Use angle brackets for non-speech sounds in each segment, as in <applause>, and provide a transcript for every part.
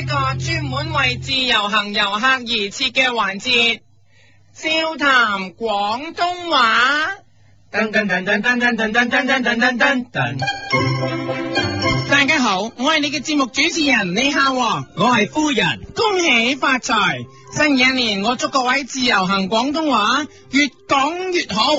個專門為自由行遊客而設嘅環節，笑談廣東話。噔噔噔噔噔噔噔噔噔噔噔噔噔，大家好，我係你嘅節目主持人李孝王，我係夫人，恭喜發財！新嘅一年，我祝各位自由行廣東話越講越好。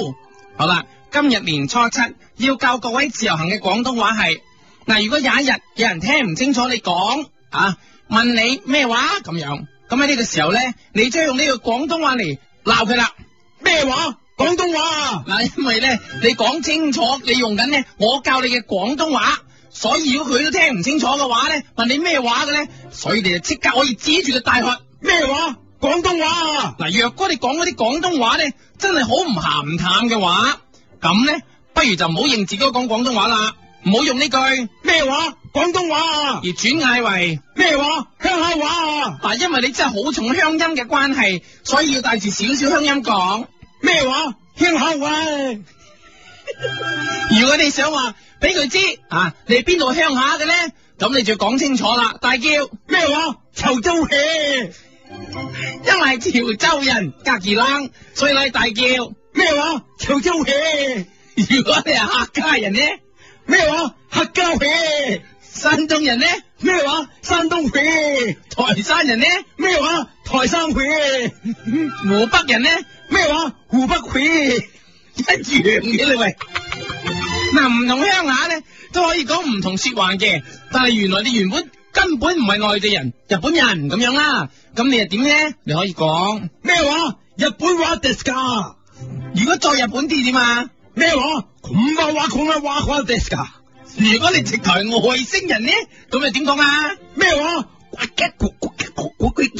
好啦，今日年初七要教各位自由行嘅廣東話係嗱，如果有一日有人聽唔清楚你講啊，問你咩話咁樣，咁喺呢個時候咧，你將用呢個廣東話嚟鬧佢啦。咩話？廣東話嗱，因為咧你講清楚，你用緊咧我教你嘅廣東話，所以如果佢都聽唔清楚嘅話咧，問你咩話嘅咧，所以你就即刻可以指住佢大喝咩話？廣東話啊！嗱。若果你講嗰啲廣東話咧，真係好唔鹹唔淡嘅話，咁咧不如就唔好認自己講廣東話啦，唔好用呢句，而咩話？廣東話啊！轉嗌為咩話？鄉下話啊！嗱，因為你真係好重鄉音嘅關係，所以要帶住少少鄉音講。咩話？鄉下話。如果你想話俾佢知啊，你係邊度鄉下嘅咧，咁你就要講清楚啦，大叫，因咩話？潮州戲。為係潮州人隔二冷，所以你大叫。咩話？潮州戲。如果你係客家人咧，咩話？客家戲。山東人咧，咩話？山東戲。台山人咧，咩話？台山戲。湖北人咧，咩話？湖北戲。一樣嘅你喂。嗱，唔同鄉下咧都可以講唔同說話嘅，但係原來你原本根本唔係內地人、日本人咁樣啦，咁你又點咧？你可以講，咩話？日本話 d i s c a 如果再日本啲點啊？咩話？咁啊話咁啊話話 d i s c a 如果你直頭係外星人咧，咁你點講啊？咩話？呱嘅咕咕嘅咕咕咕咕。 <laughs>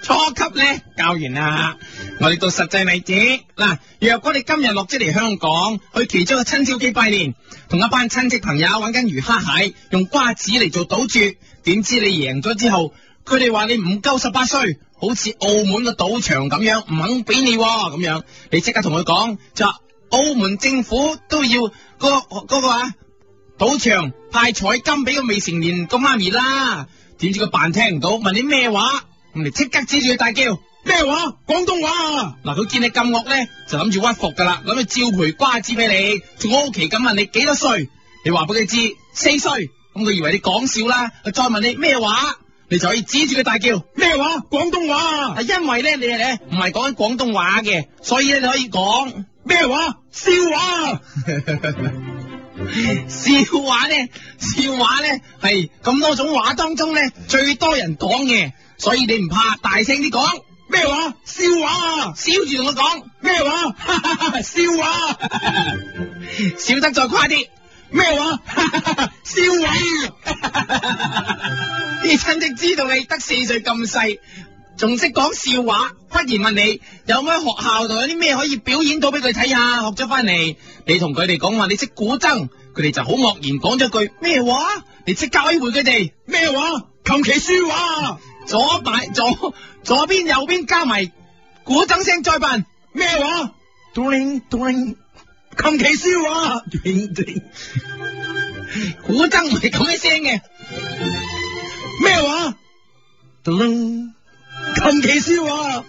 初級咧教啊完啦，我哋到實際例子嗱。若果你今日落咗嚟香港，去其中一個親戚屋企拜年，同一班親戚朋友玩緊魚蝦蟹，用瓜子嚟做賭注，點知你贏咗之後，佢哋話你唔夠十八歲，好似澳門嘅賭場咁樣，唔肯俾你喎咁、樣，你即刻同佢講就話澳門政府都要嗰、嗰個啊。賭場派彩金俾個未成年個媽咪啦，點知佢扮聽唔到，問你咩話，咁你即刻指住佢大叫。咩話？廣東話啊！嗱，佢見你咁惡咧，就諗住屈服噶啦，諗住照賠瓜子俾你，仲好奇咁問你幾多歲，你話俾佢知四歲，咁佢以為你講笑啦，佢再問你咩話，你就可以指住佢大叫。咩話？廣東話啊！係因為咧，你係咧唔係講緊廣東話嘅，所以咧你可以講。咩話？笑話啊！ <laughs> 笑話咧，笑話咧係咁多種話當中咧最多人講嘅，所以你唔怕大聲啲講，咩話？笑話啊！笑住同我講，咩話？哈哈哈笑話啊！ <laughs> 笑得再誇啲。咩話？哈哈哈笑話啊！啲親戚知道你得四歲咁細，仲識講笑話，忽然問你有冇喺學校度有啲咩可以表演到俾佢睇下，學咗翻嚟，你同佢哋講話你識古箏，佢哋就好愕然講咗句咩話，你即刻威回佢哋。咩話？琴棋書畫啊！左擺左左邊右邊加埋古箏聲再扮，咩話？嘟鈴嘟鈴，琴棋書畫啊！古箏唔係咁嘅聲嘅，咩話？嘟鈴，琴棋書畫啊！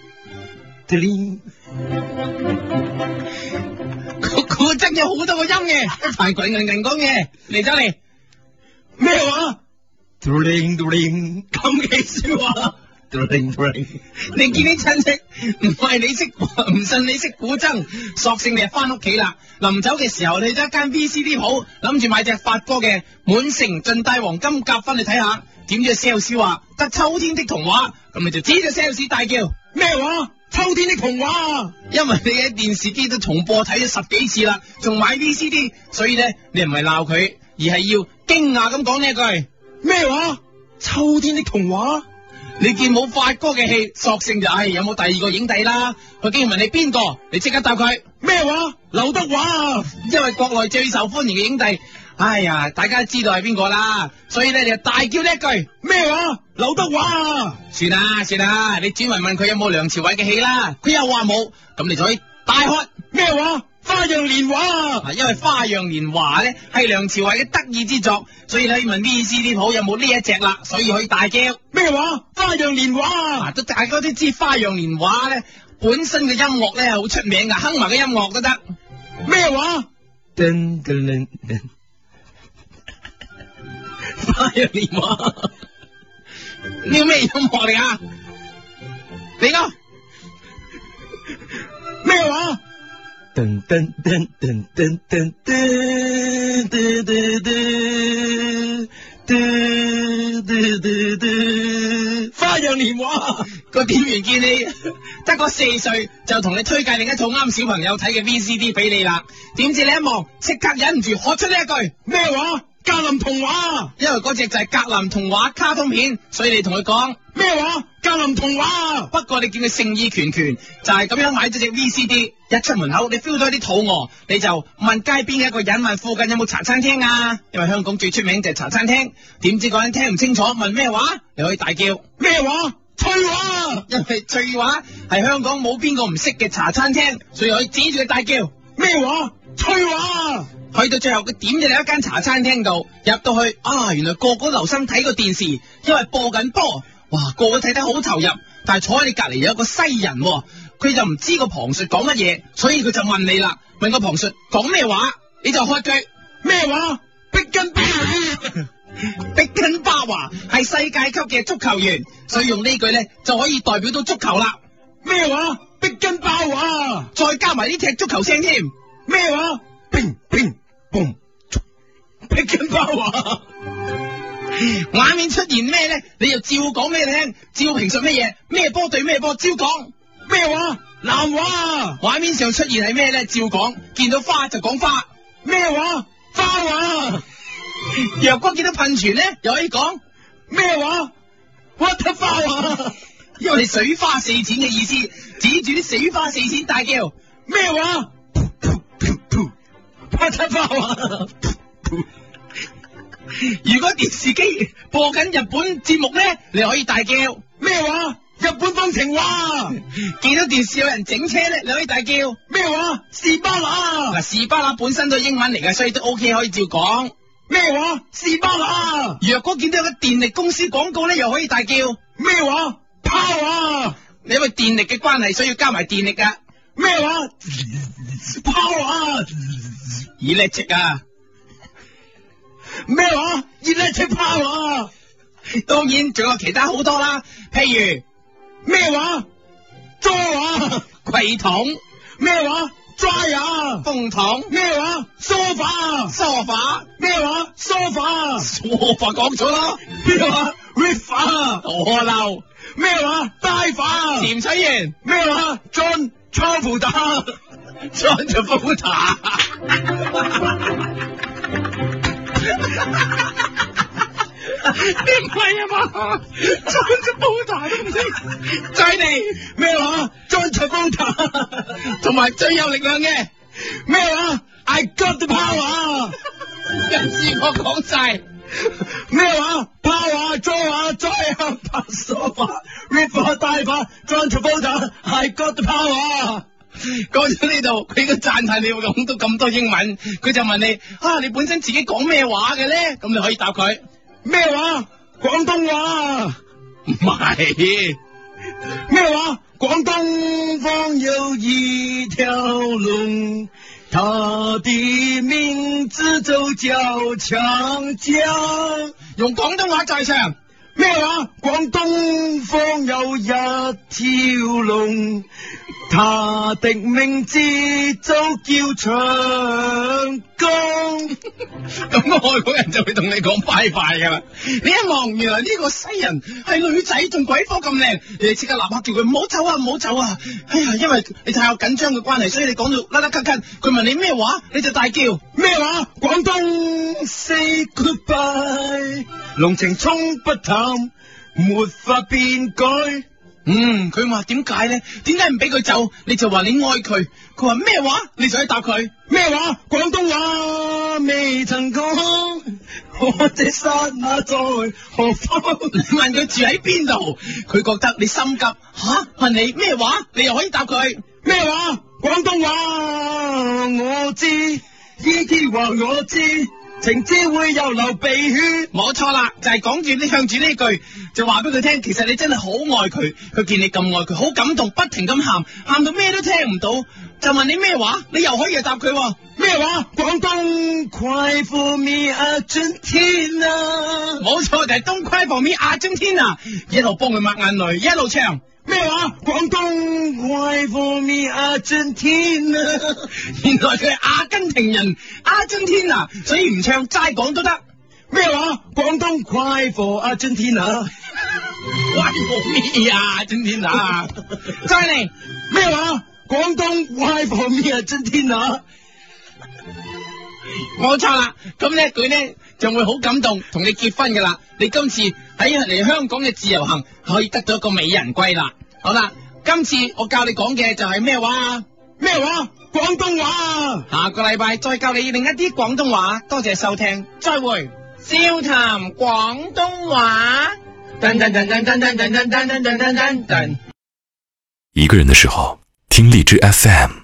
嘟鈴，古古箏有好多個音嘅，一排滾滾滾講嘅，嚟走嚟，咩話？嘟鈴嘟鈴，琴棋書畫啊！嘟鈴嘟鈴， <laughs> 你見啲親戚唔係你識，唔信你識古箏，索性你就翻屋企啦。臨走嘅時候，你去咗一間 VCD 鋪，諗住買隻發哥嘅《滿城盡帶黃金甲》翻去睇下，點知 sales 話得秋天的童話，咁你就指咗 sales 大叫。咩話？秋天的童話啊！因為你喺電視機都重播睇咗十幾次啦，仲買 VCD，所以咧你唔係鬧佢，而係要驚訝咁講呢一句。咩話？秋天的童話？你見冇發哥嘅戲，索性就唉、有冇第二個影帝啦？佢竟然問你邊個，你即刻答佢，咩話？劉德華啊！因為國內最受歡迎嘅影帝，哎呀，大家都知道係邊個啦，所以咧你就大叫呢一句。咩話？劉德華啊！算啦算啦，你轉為問佢有冇梁朝偉嘅戲啦，佢又話冇，咁你就可以大喝。咩話？花樣年華啊，因為《花樣年華》咧係梁朝偉嘅得意之作，所以你去問呢支碟好有冇呢一隻啦，所以可以大叫。咩話？花樣年啊，華都大家都知《花樣年華》咧本身嘅音樂咧係好出名噶，哼埋嘅音樂都得。咩話？噔噔噔噔，花樣年華，呢個咩音樂嚟啊？你咯，咩話？噔噔噔噔噔噔噔噔噔噔噔噔噔噔，花樣年華。啊個店員見你得個四歲，就同你推介另一套啱小朋友睇嘅 VCD 俾你啦。點知你一望，即刻忍唔住喝出呢一句。咩話？格林童話。啊因為嗰只就係格林童話卡通片，所以你同佢講。咩話？格林童話。啊不過你見佢盛意拳拳，就係、咁樣買咗只 VCD。一出門口，你 feel 到有啲肚餓，你就問街邊嘅一個人問附近有冇茶餐廳啊？因為香港最出名就係茶餐廳。點知嗰人聽唔清楚，問咩話？你可以大叫，咩話？翠華。啊因 <laughs> 為翠華係香港冇邊個唔識嘅茶餐廳，所以可以指住佢大叫。咩話？翠華。去到最後，佢點咗你一間茶餐廳度，入到去啊，原來個個留心睇個電視，因為播緊波，哇，個個睇得好投入。但係坐喺你隔離有一個西人喎、佢就唔知個旁述講乜嘢，所以佢就問你啦，問個旁述講咩話，你就喝佢咩話？碧根巴碧根巴華係世界級嘅足球員，所以用呢句咧就可以代表到足球啦，咩話？碧根包啊！再加埋呢踢足球聲添。咩話？乒乒嘣，碧根包啊！畫面出現咩咧，你就照講咩聽，照評述咩嘢，咩波對咩波，照講。咩話？南華畫面上出現係咩咧？照講，見到花就講花。咩話？花啊！若果見到噴泉咧，又可以講，咩話？What 花啊！因為水花四濺嘅意思，指住啲水花四濺大叫。咩話？What 花啊！如果電視機播緊日本節目咧，你可以大叫。咩話？日本方程話見到電視有人整車咧，你可以大叫。咩話？士巴拿 <laughs> 嗱，士巴拿本身都係英文嚟嘅，所以都 OK 可以照講。咩話？士巴拿若果見到有個電力公司廣告咧，又可以大叫。咩話？拋啊！你因為電力嘅關係，所以要加埋電力啊噶。咩話？拋啊！以叻積啊！ <laughs> 咩話？熱力赤拋啊！當然仲有其他好多啦，譬咩話？抓啊！如櫃桶、咩話？dry 啊！風筒、咩話？sofa 啊 sofa、咩話？sofa 啊 sofa 講咗啦， <laughs> 咩話？riff 啊我 <laughs> 嬲，咩話？dive 啊潛水員咩話？John 窗户打 John the f o o t a 你唔係啊嘛，John the f o o t a 都唔識，就係你咩話？John Travolta 同埋最有力量嘅，咩話？I got the power 啊人試我講晒。咩話？power draw 啊 dry 啊 sofa riff 啊 dive 啊 John Travolta I got the power 啊講咗呢度，佢都讚晒你會講到咁多英文，佢就問你啊，你本身自己講咩話嘅咧？咁你可以答佢咩話？廣東話啊唔係，咩話？廣東方有一條龍，它的名字就叫長江。用廣東話再唱，咩話？廣東方有一條龍，它的名字就叫長江。咁外國人就會同你講拜拜噶啦。你一望，原來呢個西人係女仔，仲鬼火咁靚，你即刻立刻叫佢唔好走啊，唔好走啊！哎呀，因為你太有緊張嘅關係，所以你講到甩甩咳咳，佢問你咩話，你就大叫。咩話？廣東 say goodbye，濃情沖不淡，沒法變改。嗯，佢話點解咧？點解唔俾佢走？你就話你愛佢。佢話咩話？你就可以答佢。咩話？廣東話未曾講，我這剎那在何方？你問佢住喺邊度，佢覺得你心急吓、問你咩話，你又可以答佢。咩話？廣東話我知，依啲話我知，情知會又流鼻血。冇錯啦，就係講住呢向住呢句，就話俾佢聽，其實你真係好愛佢，佢見你咁愛佢，好感動，不停咁喊，喊到咩都聽唔到，就問你咩話，你又可以答佢喎咩話？廣東快富面啊，春天啊，冇錯，就係東跨旁邊阿中天啊，一路幫佢抹眼淚，一路唱。咩話？廣東快富面啊，春天啊，原來佢係阿根廷人阿中天啊，所以唔唱齋講都得。咩話？廣東快富啊，春天啊，關我咩啊？真天啊！再嚟咩話？廣東快富面啊，春天啊，冇錯啦，咁咧佢咧就會好感動，同你結婚噶啦。你今次喺嚟香港嘅自由行可以得到一個美人歸啦。好啦，今次我教你講嘅就係咩話？咩話？廣東話下個禮拜再教你另一啲廣東話。多謝收聽，再會。笑談廣東話。噔噔噔噔噔噔噔噔噔噔噔噔噔。一个人的时候，听荔枝 FM。